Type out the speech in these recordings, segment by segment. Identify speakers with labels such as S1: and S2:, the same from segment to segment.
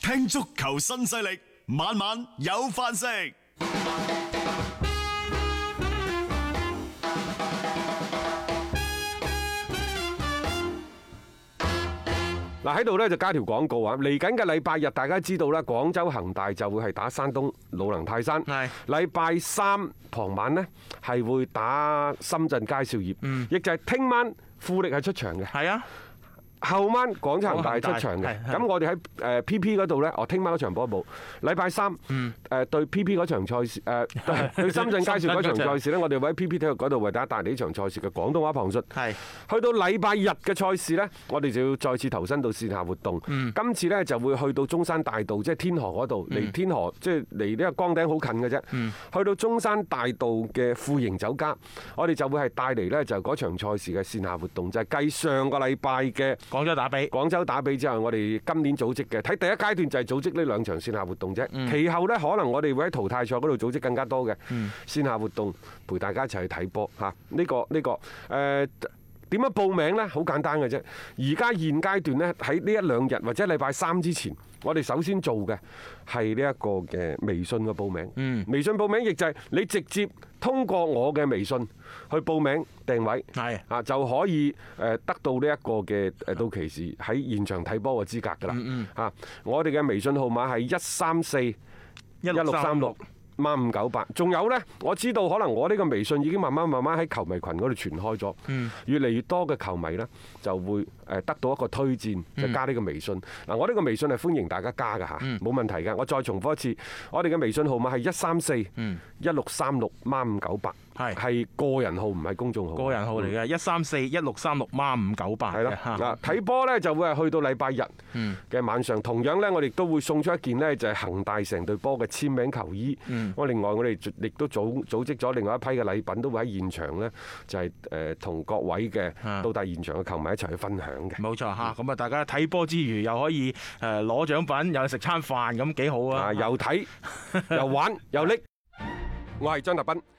S1: 聽足球新勢力，晚晚有飯食。
S2: 嗱喺度呢就加條廣告啊！嚟緊嘅禮拜日，大家知道啦，廣州恒大就會係打山東魯能泰山。
S3: 係
S2: 禮拜三傍晚呢，係會打深圳佳兆業，亦就係聽晚富力係出場嘅。
S3: 係啊，
S2: 後晚廣州恒大係出場嘅，
S3: 係係
S2: 咁我哋喺誒 PP 嗰度呢，我聽晚嗰場播一播，禮拜三誒對 PP 嗰場賽事 誒對對嗯深圳佳兆業嗰場賽事呢，我哋會喺 PP 體育嗰度為大家帶嚟呢場賽事嘅廣東話旁述。
S3: 係
S2: 去到禮拜日嘅賽事呢，我哋就要再次投身到線下活動。今次呢，就會去到中山大道，即係天河嗰度，離天河即係離呢個江頂好近嘅啫。去到中山大道嘅富盈酒家，我哋就會係帶嚟呢，就嗰場賽事嘅線下活動，就係繼上個禮拜嘅。
S3: 廣州打比，
S2: 廣州打比之後，我哋今年組織嘅睇第一階段就係組織呢兩場線下活動啫。其後呢，可能我哋會喺淘汰賽嗰度組織更加多嘅線下活動，陪大家一齊去睇波嚇。呢個呢個誒。點樣報名呢？好簡單嘅啫。而家現階段呢，喺呢一兩日或者禮拜三之前，我哋首先做嘅係呢一個嘅微信嘅報名。嗯，微信報名亦就係你直接通過我嘅微信去報名訂位。
S3: 係
S2: 啊，就可以誒得到呢一個嘅誒到期時喺現場睇波嘅資格㗎啦。啊，我哋嘅微信號碼係一三四一
S3: 一
S2: 六三六。孖五九八，仲有呢，我知道可能我呢個微信已經慢慢慢慢喺球迷群嗰度傳開咗，越嚟越多嘅球迷呢就會誒得到一個推薦，就加呢個微信。嗱，我呢個微信係歡迎大家加㗎嚇，冇問題㗎。我再重複一次，我哋嘅微信號碼係一三四一六三六孖五九八，
S3: 係
S2: 係個人號唔係公眾號。
S3: 個人號嚟嘅，一三四一六三六孖五九
S2: 嗯
S3: 八
S2: 係
S3: 嘅 嗯
S2: 啦，啊
S3: 嚇
S2: 嗱睇波呢就會係去到禮拜日嘅晚上，同樣呢，我哋都會送出一件呢就係恒大成隊波嘅簽名球衣。
S3: 嗯
S2: 我另外我哋亦都組組織咗另外一批嘅禮品，都會喺現場呢，就係誒同各位嘅
S3: 啊
S2: 到達現場嘅球迷一齊去分享嘅。
S3: 冇錯嚇，咁啊大家睇波之餘又可以誒攞獎品，又食餐飯，咁幾好啊
S2: 啊，！又睇 又玩又拎。我係張達斌，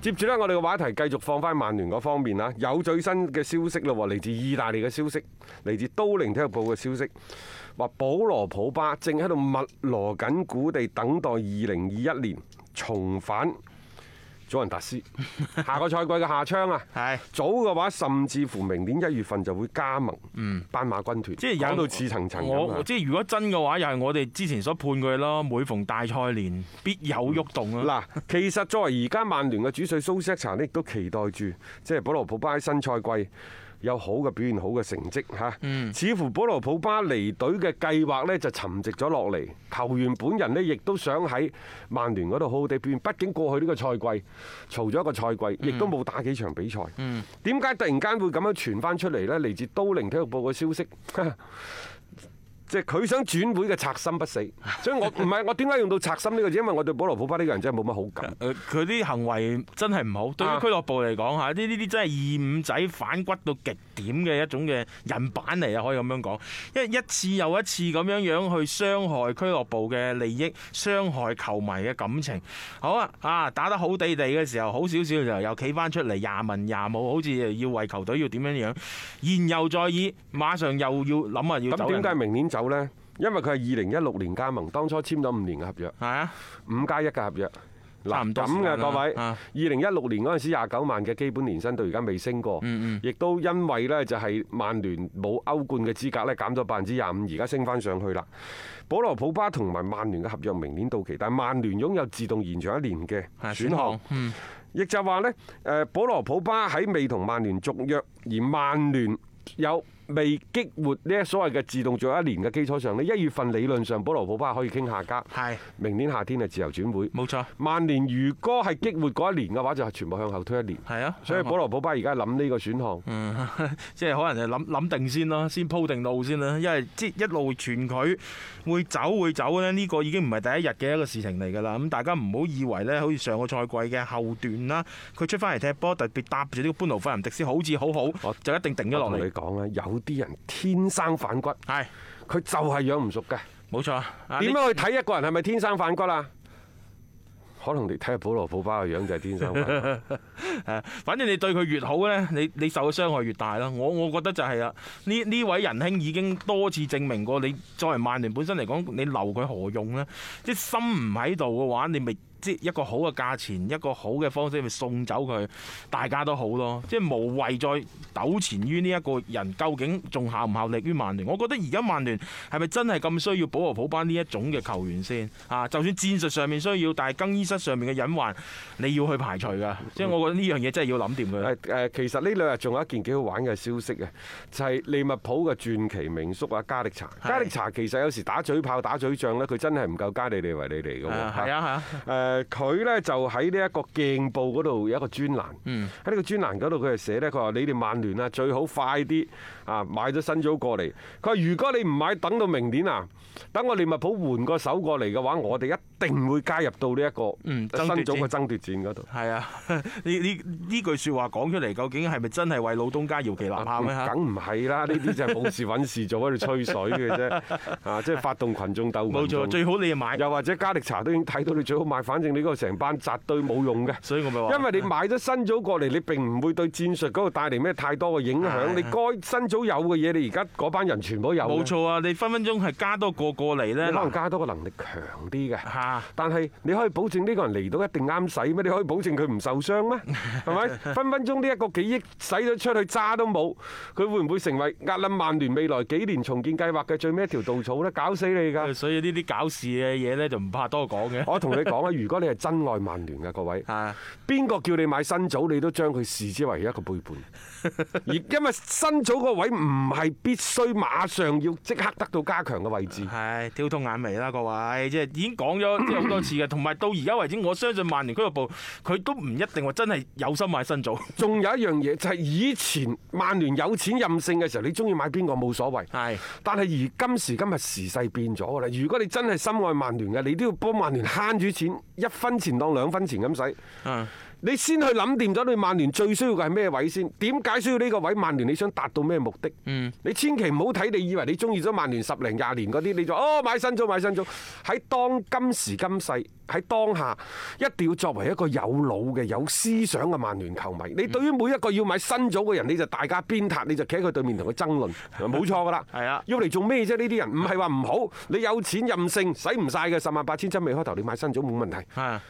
S2: 接住呢，我哋嘅話題繼續放翻曼聯嗰方面啦，有最新嘅消息咯喎，嚟自意大利嘅消息，嚟自都靈體育報嘅消息，話保羅普巴正喺度密鑼緊鼓地等待二零二一年重返祖雲達斯，下個賽季嘅下窗啊！
S3: 係
S2: 早嘅話，甚至乎明年一月份就會加盟斑馬軍團，
S3: 即係有
S2: 講到似層層咁啊
S3: 我即係如果真嘅話，又係我哋之前所判佢咯。每逢大賽年必有喐動啊！
S2: 嗱，其實作為而家曼聯嘅主帥蘇斯查呢，亦都期待住即係保羅普巴喺新賽季有好嘅表現、好嘅成績嚇。似乎保羅普巴離隊嘅計劃呢就沉寂咗落嚟，球員本人呢亦都想喺曼聯嗰度好好地表現。畢竟過去呢個賽季嘈咗一個賽季，亦都冇打幾場比賽。點解突然間會咁樣傳翻出嚟呢？嚟自都靈體育報嘅消息。 即係佢想轉會嘅賊心不死，所以我唔係我點解用到賊心呢個字？因為我對保羅普巴呢個人真係冇乜好感。
S3: 誒呃佢啲行為真係唔好，對於
S2: 啊
S3: 俱樂部嚟講嚇，呢呢啲真係二五仔反骨到極點嘅一種嘅人板嚟啊，可以咁樣講，因為一次又一次咁樣樣去傷害俱樂部嘅利益，傷害球迷嘅感情。好啊，啊打得好地地嘅時候，好少少嘅時候又企翻出嚟，廿文廿武，好似又要為球隊要點樣樣，言猶在耳，馬上又要諗啊要
S2: 咁
S3: 走
S2: 點
S3: 人。
S2: 解明年走呢？因為佢係二零一六年加盟，當初簽咗五年嘅合約，
S3: 係啊，
S2: 五加一嘅合約。嗱咁嘅各
S3: 差唔多時間啦
S2: 位，二
S3: 啊
S2: 零一六年嗰陣時廿九萬嘅基本年薪到而家未升過，
S3: 嗯
S2: 亦都因為呢就係曼聯冇歐冠嘅資格呢減咗百分之廿五，而家升翻上去啦。保羅普巴同埋曼聯嘅合約明年到期，但係曼聯擁有自動延長一年嘅
S3: 係
S2: 選
S3: 選項
S2: 項。亦就話呢，誒保羅普巴喺未同曼聯續約，而曼聯有未激活呢一所謂嘅自動做一年嘅基礎上呢一月份理論上保羅普巴可以傾下家，
S3: 係
S2: 明年夏天係自由轉會。
S3: 冇錯，
S2: 曼聯如果係激活嗰一年嘅話，就係全部向後推一年。
S3: 係啊，
S2: 所以保羅普巴而家諗呢個選項。
S3: 嗯， 即係可能係諗諗定先咯，先鋪定路先啦。因為即係一路傳佢會走會走咧，呢、個已經唔係第一日嘅一個事情嚟㗎啦。咁大家唔好以為呢，好似上個賽季嘅後段啦，佢出翻嚟踢波，特別搭住呢個班奴費林迪斯，好似好好，
S2: 我
S3: 就一定定咗
S2: 我
S3: 落
S2: 同你
S3: 嚟。
S2: 講啦，有啲人天生反骨，
S3: 係
S2: 佢就係養唔熟嘅。
S3: 冇錯啊，啊
S2: 點樣去睇一個人係咪天生反骨啊？可能你睇下保羅普巴個樣就係天生反 骨。
S3: 誒，反正你對佢越好呢，你你受嘅傷害越大啦。我我覺得就係啊啦，呢呢位仁兄已經多次證明過，你作為曼聯本身嚟講，你留佢何用呢？即係心唔喺度嘅話，你咪即係一個好嘅價錢，一個好嘅方式，咪送走佢，大家都好咯。即係無謂再糾纏於呢一個人究竟仲效唔效力於曼聯。我覺得而家曼聯係咪真係咁需要保羅普巴呢一種嘅球員先啊？就算戰術上面需要，但係更衣室上面嘅隱患，你要去排除㗎。即係我覺得呢樣嘢真係要諗掂佢。
S2: 誒誒，其實呢兩日仲有一件幾好玩嘅消息嘅，就係、利物浦嘅傳奇名宿啊加力查。
S3: 係
S2: 加力查其實有時打嘴炮、打嘴仗呢，佢真係唔夠加利利維利嚟嘅
S3: 啊係
S2: 喎。
S3: 啊係
S2: 誒
S3: 啊，
S2: 佢呢就喺呢一個鏡報嗰度有一個專欄，
S3: 嗯
S2: 喺呢個專欄嗰度佢就寫呢，佢話你哋曼聯啊最好快啲啊買咗新組過嚟。佢話如果你唔買，等到明年啊，等我利物浦換個手過嚟嘅話，我哋一定會加入到呢一個
S3: 嗯
S2: 新
S3: 爭奪
S2: 組嘅
S3: 戰
S2: 爭奪戰嗰度。
S3: 係啊， 呢呢呢句説話講出嚟，究竟係咪真係為老東家搖旗吶喊咧嚇？
S2: 啊梗唔係啦，呢啲就係冇事揾事做喺度吹水嘅 啫，啊，即係發動群眾鬥群
S3: 冇錯，
S2: 眾。
S3: 最好你就買，
S2: 又或者加力茶都已經睇到你最好買，反正你嗰個成班扎堆冇用嘅。
S3: 所以我咪話，
S2: 因為你買咗新組過嚟，你並唔會對戰術嗰度帶嚟咩太多嘅影響。
S3: 係
S2: 你該新組有嘅嘢，你而家嗰班人全部都有嘅。
S3: 冇錯啊，你分分鐘係加多個過嚟
S2: 你
S3: 咧，
S2: 可能
S3: 嗱
S2: 加多個能力強啲嘅。
S3: 嚇。
S2: 但係你可以保證呢個人嚟到一定啱使咩？你可以保證佢唔受傷咩？係咪？分分鐘呢一個幾億使咗出去渣都冇，佢會唔會成為壓冧曼聯未來幾年重建計劃嘅最尾一條稻草呢？搞死你 㗎！
S3: 所以呢啲搞事嘅嘢咧就唔怕多講嘅。
S2: 我同你講啊，如果你係真愛曼聯嘅各位，
S3: 啊，
S2: 邊個叫你買新組，你都將佢視之為一個背叛。而因為新組個位唔係必須馬上要即刻得到加強嘅位置。
S3: 係挑通眼眉啦，各位，即係已經 講咗即係好多次嘅，同埋到而家為止，我相信曼聯俱樂部佢都唔一定話真係有心買新組，
S2: 仲有一樣嘢就係以前曼聯有錢任性嘅時候，你中意買邊個冇所謂。
S3: 係
S2: 但係而今時今日時勢變咗啦，如果你真係深愛曼聯嘅，你都要幫曼聯慳住錢，一分錢當兩分錢咁使，
S3: 嗯。
S2: 你先去諗掂咗你曼聯最需要嘅係咩位先？點解需要呢個位？曼聯你想達到咩目的？
S3: 嗯
S2: 你千祈唔好睇你以為你中意咗曼聯十零廿年嗰啲，你就哦買新組買新組。喺當今時今世喺當下，一定要作為一個有腦嘅有思想嘅曼聯球迷，
S3: 嗯
S2: 你對於每一個要買新組嘅人，你就大家鞭撻，你就企喺佢對面同佢爭論，冇錯㗎啦。
S3: 係啊
S2: 要嚟做咩啫？呢啲人唔係話唔好，你有錢任性，使唔晒嘅十萬八千真未開頭，你買新組冇問題。
S3: 啊，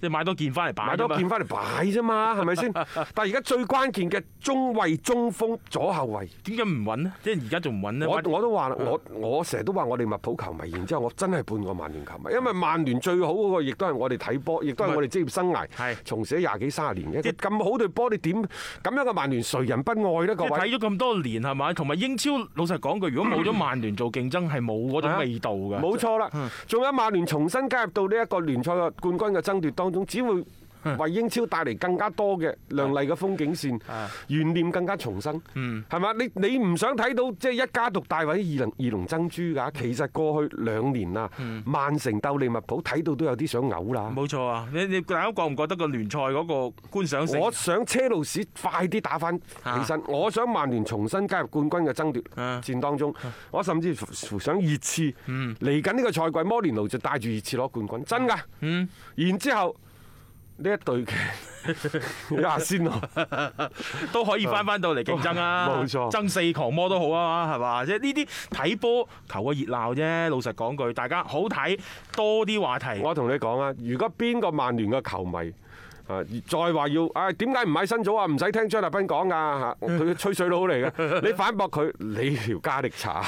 S3: 即係買多件翻嚟擺
S2: 買
S3: 啫
S2: 多
S3: 嘛
S2: 件翻嚟擺啫嘛，係咪先？但係而家最關鍵嘅中衞、中鋒、左後衞，
S3: 點解唔揾呢？即係而家仲唔揾呢？
S2: 我
S3: 或
S2: 我
S3: 者
S2: 都話啦，我我成日都話我哋利物浦球迷，然之後我真係半個曼聯球迷，因為曼聯最好嗰個亦都係我哋睇波，亦都係我哋職業生
S3: 係
S2: 涯從事咗廿幾三十年
S3: 即
S2: 嘅。咁好對波，你點咁樣嘅曼聯，誰人不愛呢？各
S3: 即係
S2: 位，
S3: 睇咗咁多年係咪？同埋英超老實講句，如果冇咗曼聯做競爭，係冇嗰種味道㗎。
S2: 啊冇錯
S3: 嗯
S2: 啦。仲有曼聯重新加入到呢一個聯賽嘅冠軍嘅爭奪當中，只會
S3: 嗯
S2: 為英超帶嚟更加多嘅亮麗嘅風景線。
S3: 啊，
S2: 懸念更加重生，
S3: 嗯
S2: 係嘛？你你唔想睇到即係一家獨大或者二龍二龍爭珠㗎？其實過去兩年啊，
S3: 嗯
S2: 曼城鬥利物浦睇到都有啲想嘔啦。
S3: 冇錯啊！你你大家覺唔覺得個聯賽嗰個觀賞性？
S2: 我想車路士快啲打翻起身，我想曼聯重新加入冠軍嘅爭奪
S3: 啊
S2: 戰當中，我甚至乎想熱刺嚟緊呢個賽季，摩連奴就帶住熱刺攞冠軍，真㗎。
S3: 嗯
S2: 然之後呢一隊嘅 阿仙奴。
S3: 都可以翻翻到嚟競爭 啊！
S2: 冇錯
S3: 爭四狂魔都好啊，係嘛？即係呢啲睇波求個熱鬧啫。老實講句，大家好睇多啲 話題。
S2: 我同你講啊，如果邊個曼聯嘅球迷啊，再話要啊點解唔買新組啊？唔使聽張達斌講噶嚇，佢 吹水佬嚟嘅，你反駁佢，你條加力茶。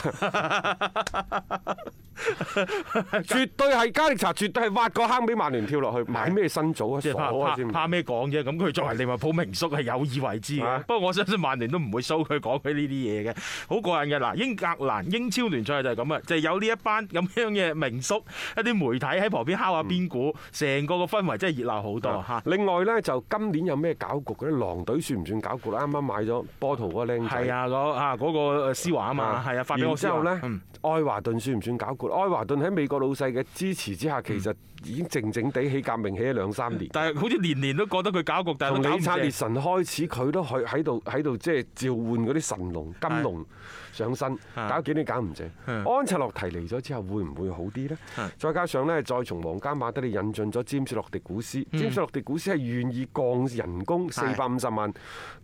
S2: 絕對係加力查，絕對係挖個坑俾曼聯跳落去，買咩新組啊？
S3: 即係
S2: 傻
S3: 怕
S2: 啊
S3: 怕
S2: 先！
S3: 怕咩講啫？咁佢作為利物浦名宿係有意為之嘅
S2: 啊。
S3: 不過我相信曼聯都唔會收佢講佢呢啲嘢嘅，好過癮嘅。嗱，英格蘭英超聯賽就係咁啊，就係有呢一班咁樣嘅名宿，一啲媒體喺旁邊敲下邊鼓，
S2: 嗯
S3: 成個個氛圍真係熱鬧好多嚇。
S2: 啊另外呢，就今年有咩搞局嘅咧？狼隊算唔算搞局咧？啱啱買咗波圖嗰個僆仔。
S3: 係啊，嗰啊嗰個施華啊嘛，係啊，發俾我
S2: 然之後
S3: 呢
S2: 呢，，愛華頓算唔算搞局？愛華頓喺美國老細嘅支持之下，其實已經靜靜地起革命起咗兩三年。
S3: 但係好似年年都覺得佢搞局，但係
S2: 從
S3: 都搞
S2: 李
S3: 唔
S2: 察
S3: 正
S2: 列。神開始，佢都去喺度喺度即係召喚嗰啲神龍、金龍上身，
S3: 係
S2: 搞幾年搞唔正。
S3: 嗯
S2: 安切洛提嚟咗之後，會唔會好啲呢？
S3: 啊
S2: 再加上呢，再從皇家馬德里引進咗詹士洛迪古斯，詹士洛迪古斯係願意降人工四
S3: 嗯係
S2: 百五十萬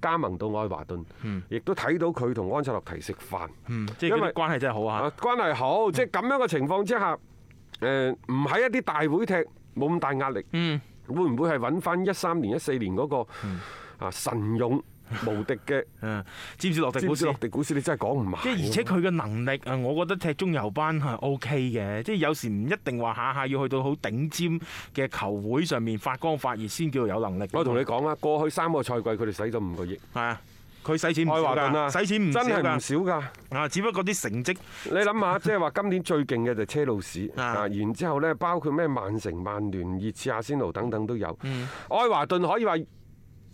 S2: 加盟到愛華頓，亦都睇到佢同安切洛提食飯。
S3: 嗯即係
S2: 因
S3: 佢啲
S2: 為
S3: 關係真係好
S2: 啊
S3: 嚇。，
S2: 關係好，即係咁樣嘅情況之下，誒唔喺一啲大會踢冇咁大壓力，
S3: 嗯，
S2: 會唔會係揾翻一三年、一四年嗰個啊神勇 無敵嘅
S3: 嗯，知唔知落地
S2: 詹
S3: 好
S2: 姆斯
S3: 似
S2: 洛？迪古斯？你真係啊講唔埋
S3: 即係而且
S2: 喎。
S3: 佢嘅能力啊，我覺得踢中游班係 O K 嘅，即係有時唔一定話下下要去到好頂尖嘅球會上面發光發熱先叫做有能力。
S2: 我同你講啦，過去三個賽季佢哋使咗五個億，
S3: 係啊，佢使錢唔
S2: 愛
S3: 少
S2: 華頓啊，
S3: 㗎，使錢唔少
S2: 真係唔
S3: 㗎
S2: 少㗎。
S3: 啊，只不過啲成績
S2: 你諗下，即係話今年最勁嘅就係車路士
S3: 啊
S2: 啊，然之後呢，包括咩曼城、曼聯、熱刺、阿仙奴等等都有。愛華頓可以話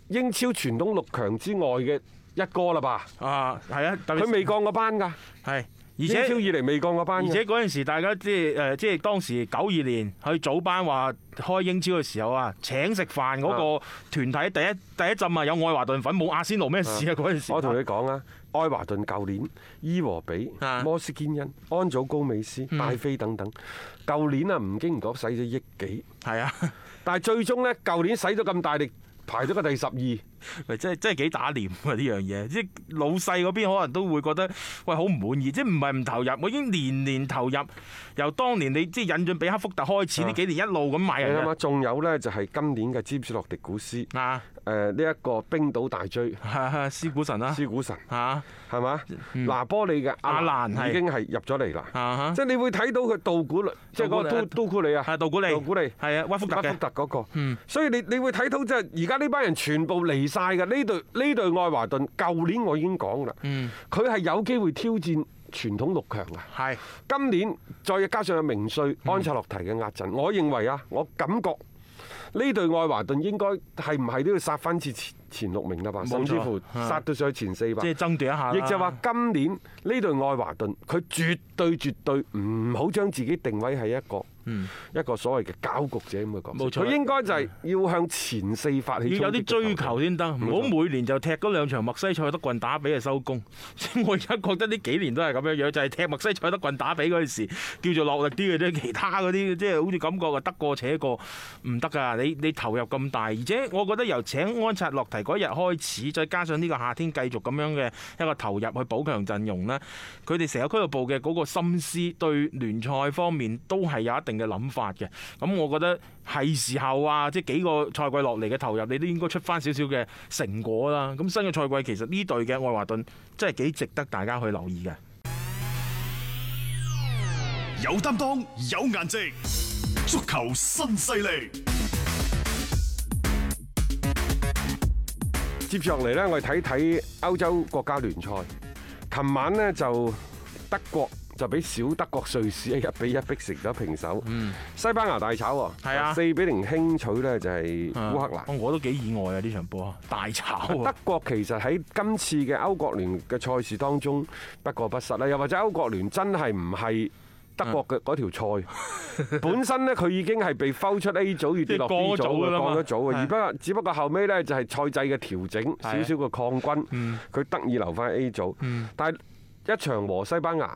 S2: 英超傳統六強之外嘅一哥啦吧？
S3: 啊係啊，特別
S2: 佢未降過班㗎，
S3: 係，而
S2: 而且超
S3: 且。
S2: 以嚟未降過班
S3: 而
S2: 嘅
S3: 且嗰陣時，大家即係呃誒，即係當時九二年去早班話開英超嘅時候啊，請食飯嗰個
S2: 啊
S3: 團體第一第一陣啊，有愛華頓粉，冇阿仙奴咩事啊？嗰陣時
S2: 我同你講啊，愛華頓舊年伊和比
S3: 啊、
S2: 摩斯堅恩、安祖高美斯、戴飛等等，舊年啊唔經唔覺使咗億幾，
S3: 係啊。
S2: 但係最終呢，舊年使咗咁大力，排咗個第十二。
S3: 喂，真係真係幾打臉啊！呢樣嘢，即係老細嗰邊可能都會覺得喂好唔滿意，即係唔係唔投入，我已經年年投入，由當年你即係引進比克福特開始，呢
S2: 啊
S3: 幾年一路咁買
S2: 你諗
S3: 人
S2: 下，仲有呢就係今年嘅詹士洛迪古斯，誒
S3: 啊，
S2: 呢一個冰島大追
S3: 啊，斯古神啦，
S2: 斯古神
S3: 嚇啊
S2: 係嘛？拿波利嘅阿
S3: 阿蘭係
S2: 蘭已經係入咗嚟啦，
S3: 哈
S2: 即係你會睇到佢道古里，即係嗰個
S3: 啊道古
S2: 都
S3: 里
S2: 都古里啊，
S3: 係道古利，
S2: 道古利
S3: 係啊，屈福
S2: 巴福
S3: 特嘅，嗯
S2: 特嗰、個，所以你你會睇到即係而家呢班人全部離晒㗎。呢隊呢隊愛華頓，舊年我已經講啦，
S3: 嗯
S2: 佢係有機會挑戰傳統六強啊。
S3: 係
S2: 今年再加上有名帥
S3: 嗯
S2: 安察洛提嘅壓陣，我認為啊，我感覺呢隊愛華頓應該係唔係都要殺翻至前前六名啦吧，
S3: 冇錯
S2: 甚至乎
S3: 啊
S2: 殺到上去前四吧
S3: 即。係爭奪一下啦
S2: 亦就話今年呢隊愛華頓，佢絕對絕對唔好將自己定位係一個、一個所謂嘅攪局者咁嘅
S3: 冇
S2: 角
S3: 錯
S2: 色。佢應該就係要向前四發起衝擊嘅球隊，
S3: 要有啲追求先得，唔好每年就踢嗰兩場墨西賽德棍打比就收工。 即係我而家覺得呢幾年都係咁樣樣，就係、踢墨西賽德棍打比嗰陣時叫做落力啲嘅啫，其他嗰啲即係好似感覺啊得過且過，唔得㗎。你你投入咁大，而且我覺得由請安察洛提嗰日開始，再加上呢個夏天繼續咁樣嘅一個投入去補強陣容咧，佢哋成個俱樂部嘅嗰個心思對聯賽方面都係有一定嘅諗法嘅。咁我覺得係時候啊，即係幾個賽季落嚟嘅投入，你都應該出翻少少嘅成果啦。咁新嘅賽季其實呢隊嘅愛華頓真係幾值得大家去留意嘅。
S1: 有擔當，有顏值，足球新勢力。
S2: 接住落嚟呢，我哋睇睇歐洲國家聯賽。琴晚呢，就德國就俾小德國瑞士一比一逼成咗平手。西班牙大炒喎，
S3: 係啊
S2: 四比零輕取呢，就係烏克蘭。
S3: 啊我都幾意外啊！呢場 波大炒
S2: 德
S3: 啊！
S2: 國其實喺今次嘅歐國聯嘅賽事當中不過不失啦，又或者歐國聯真係唔係德國
S3: 嗯
S2: 嘅嗰條賽，本身呢，佢已經係被摟出 A 組要跌落 B 組
S3: 即係降咗組㗎啦嘛
S2: 降咗組嘅，而
S3: 係
S2: 不過只不過後尾呢，就係賽制嘅調整
S3: 啊
S2: 少少嘅抗軍，
S3: 嗯
S2: 佢得以留翻 A 組，但係一場和西班牙。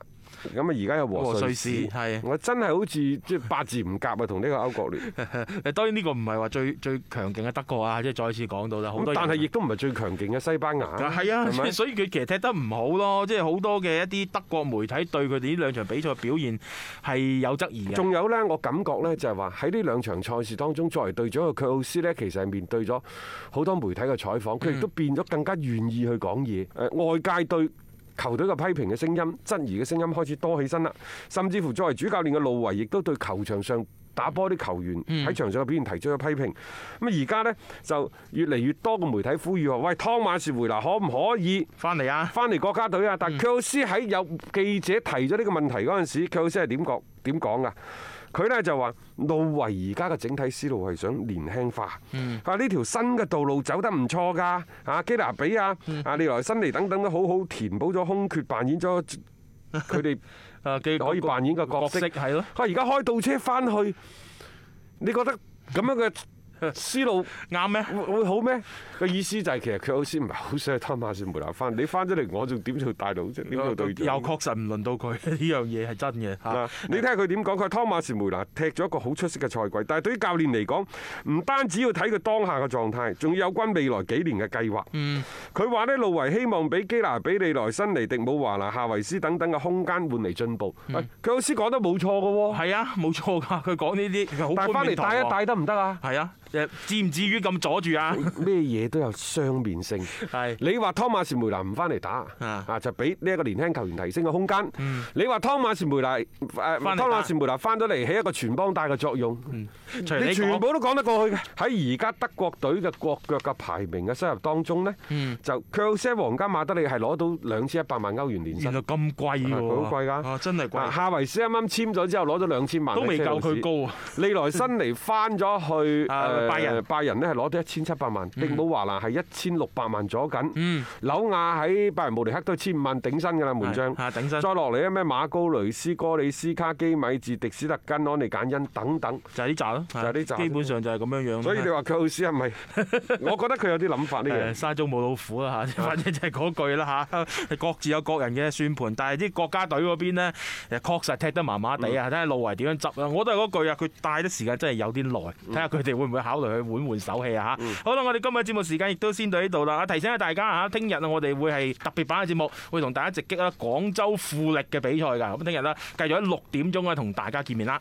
S2: 咁啊，而家又和
S3: 和
S2: 瑞
S3: 瑞
S2: 士
S3: 士係，
S2: 我真係好似即係八字唔夾啊，同呢個歐國聯。
S3: 誒當然呢個唔係話最最強勁嘅德國啊，即係再次講到啦， 好多
S2: 咁
S3: 人
S2: 但係亦都唔係最強勁嘅西班牙。
S3: 啊係啊，
S2: 係咪
S3: 所以佢其實踢得唔好咯，即係好多嘅一啲德國媒體對佢哋呢兩場比賽嘅表現係有質疑嘅。
S2: 仲有呢，我感覺呢就係話喺呢兩場賽事當中，作為隊長嘅佢奧斯呢，其實係面對咗好多媒體嘅採訪，佢亦都變咗更加願意去講嘢。誒、外界對球隊嘅批評嘅聲音、質疑嘅聲音開始多起身啦，甚至乎作為主教練嘅路維，亦都對球場上打波啲球員喺場上嘅表現提出咗批評。咁而家呢，就越嚟越多嘅媒體呼籲話：喂，湯馬士回拿可唔可以？
S3: 翻嚟啊！
S2: 翻嚟國家隊啊！但喬斯喺有記者提咗呢個問題嗰陣時，喬斯係點講點講啊？佢呢就話：路維而家嘅整體思路係想年輕化，啊呢條新嘅道路走得唔錯㗎，啊基拿比啊，啊利萊辛尼等等都好好填補咗空缺，扮演咗佢哋
S3: 啊，佢
S2: 可以扮演嘅角色。
S3: 係咯，
S2: 佢而家開倒車翻去，你覺得咁樣嘅思路？
S3: 啱咩？
S2: 會會好咩？個意思就係其實佢好似唔係好想去湯馬士梅拿翻，你翻咗嚟我仲點做大佬啫？點做隊長？
S3: 又確實唔輪到佢呢樣嘢係真嘅嚇
S2: 嗱，你睇下佢點講，佢話湯馬士梅拿踢咗一個好出色嘅賽季，但係對於教練嚟講，唔單止要睇佢當下嘅狀態，仲要有關未來幾年嘅計劃。佢話呢，路維希望俾基拿比、利萊、辛尼、迪姆華拿、夏維斯等等嘅空間換嚟進步。喂佢老師講得冇錯嘅喎，
S3: 係啊，冇錯㗎，佢講呢啲佢好
S2: 但係
S3: 冠
S2: 翻嚟
S3: 冕堂
S2: 帶一
S3: 皇
S2: 帶得唔得啊？
S3: 係啊，誒至唔至於咁阻 住啊？
S2: 咩嘢都有雙面性。
S3: 係
S2: 你話湯馬士梅拿唔翻嚟打
S3: 啊
S2: 啊，就俾呢一個年輕球員提升嘅空間。你話湯馬士梅拿誒
S3: 嚟
S2: 湯
S3: 打
S2: 馬士梅拿翻咗嚟起一個全幫帶嘅作用，
S3: 除
S2: 你全
S3: 講
S2: 部都講得過去嘅。喺而家德國隊嘅國腳嘅排名嘅收入當中呢，就 c u r s e 皇家馬德里係攞到兩千一百萬歐元年薪
S3: 原。來咁貴
S2: 係
S3: 喎，
S2: 佢好貴㗎
S3: 啊真係
S2: 啊
S3: 貴，
S2: 夏維斯啱啱簽咗之後攞咗兩千萬，
S3: 都未夠
S2: 車路士
S3: 佢。高啊！
S2: 利來新尼翻咗去
S3: 啊
S2: 誒
S3: 拜仁嗯
S2: 拜仁呢係攞到一千七百萬，迪姆華拿係一千六百萬左緊，紐亞喺拜仁慕尼黑都千五萬頂薪㗎啦門將
S3: 係。啊頂身
S2: 再落嚟咧咩馬高雷斯、哥里斯卡、基米治、迪斯特根、安利簡恩等等，
S3: 就係呢扎咯，就
S2: 係呢扎
S3: 基本上就係咁啊樣樣。
S2: 所以你話佢老師係 咪？我覺得佢有啲諗法呢
S3: 誒
S2: 樣。
S3: 山中冇老虎啦嚇，反正就係嗰句啦嚇，各自有各人嘅算盤，但係啲國家隊嗰邊咧，誒確實踢得麻麻地啊，睇下路維點樣執啦。我都係嗰句啊，佢帶的時間真係有啲耐，睇下佢哋會唔會考慮去換換手氣啊嚇。好啦，我哋今日節目時間亦都先到呢度啦。提醒下大家嚇，聽日啊我哋會係特別版嘅節目，會同大家直擊啦廣州富力嘅比賽㗎。咁聽日啦，繼續喺六點鐘啊同大家見面啦。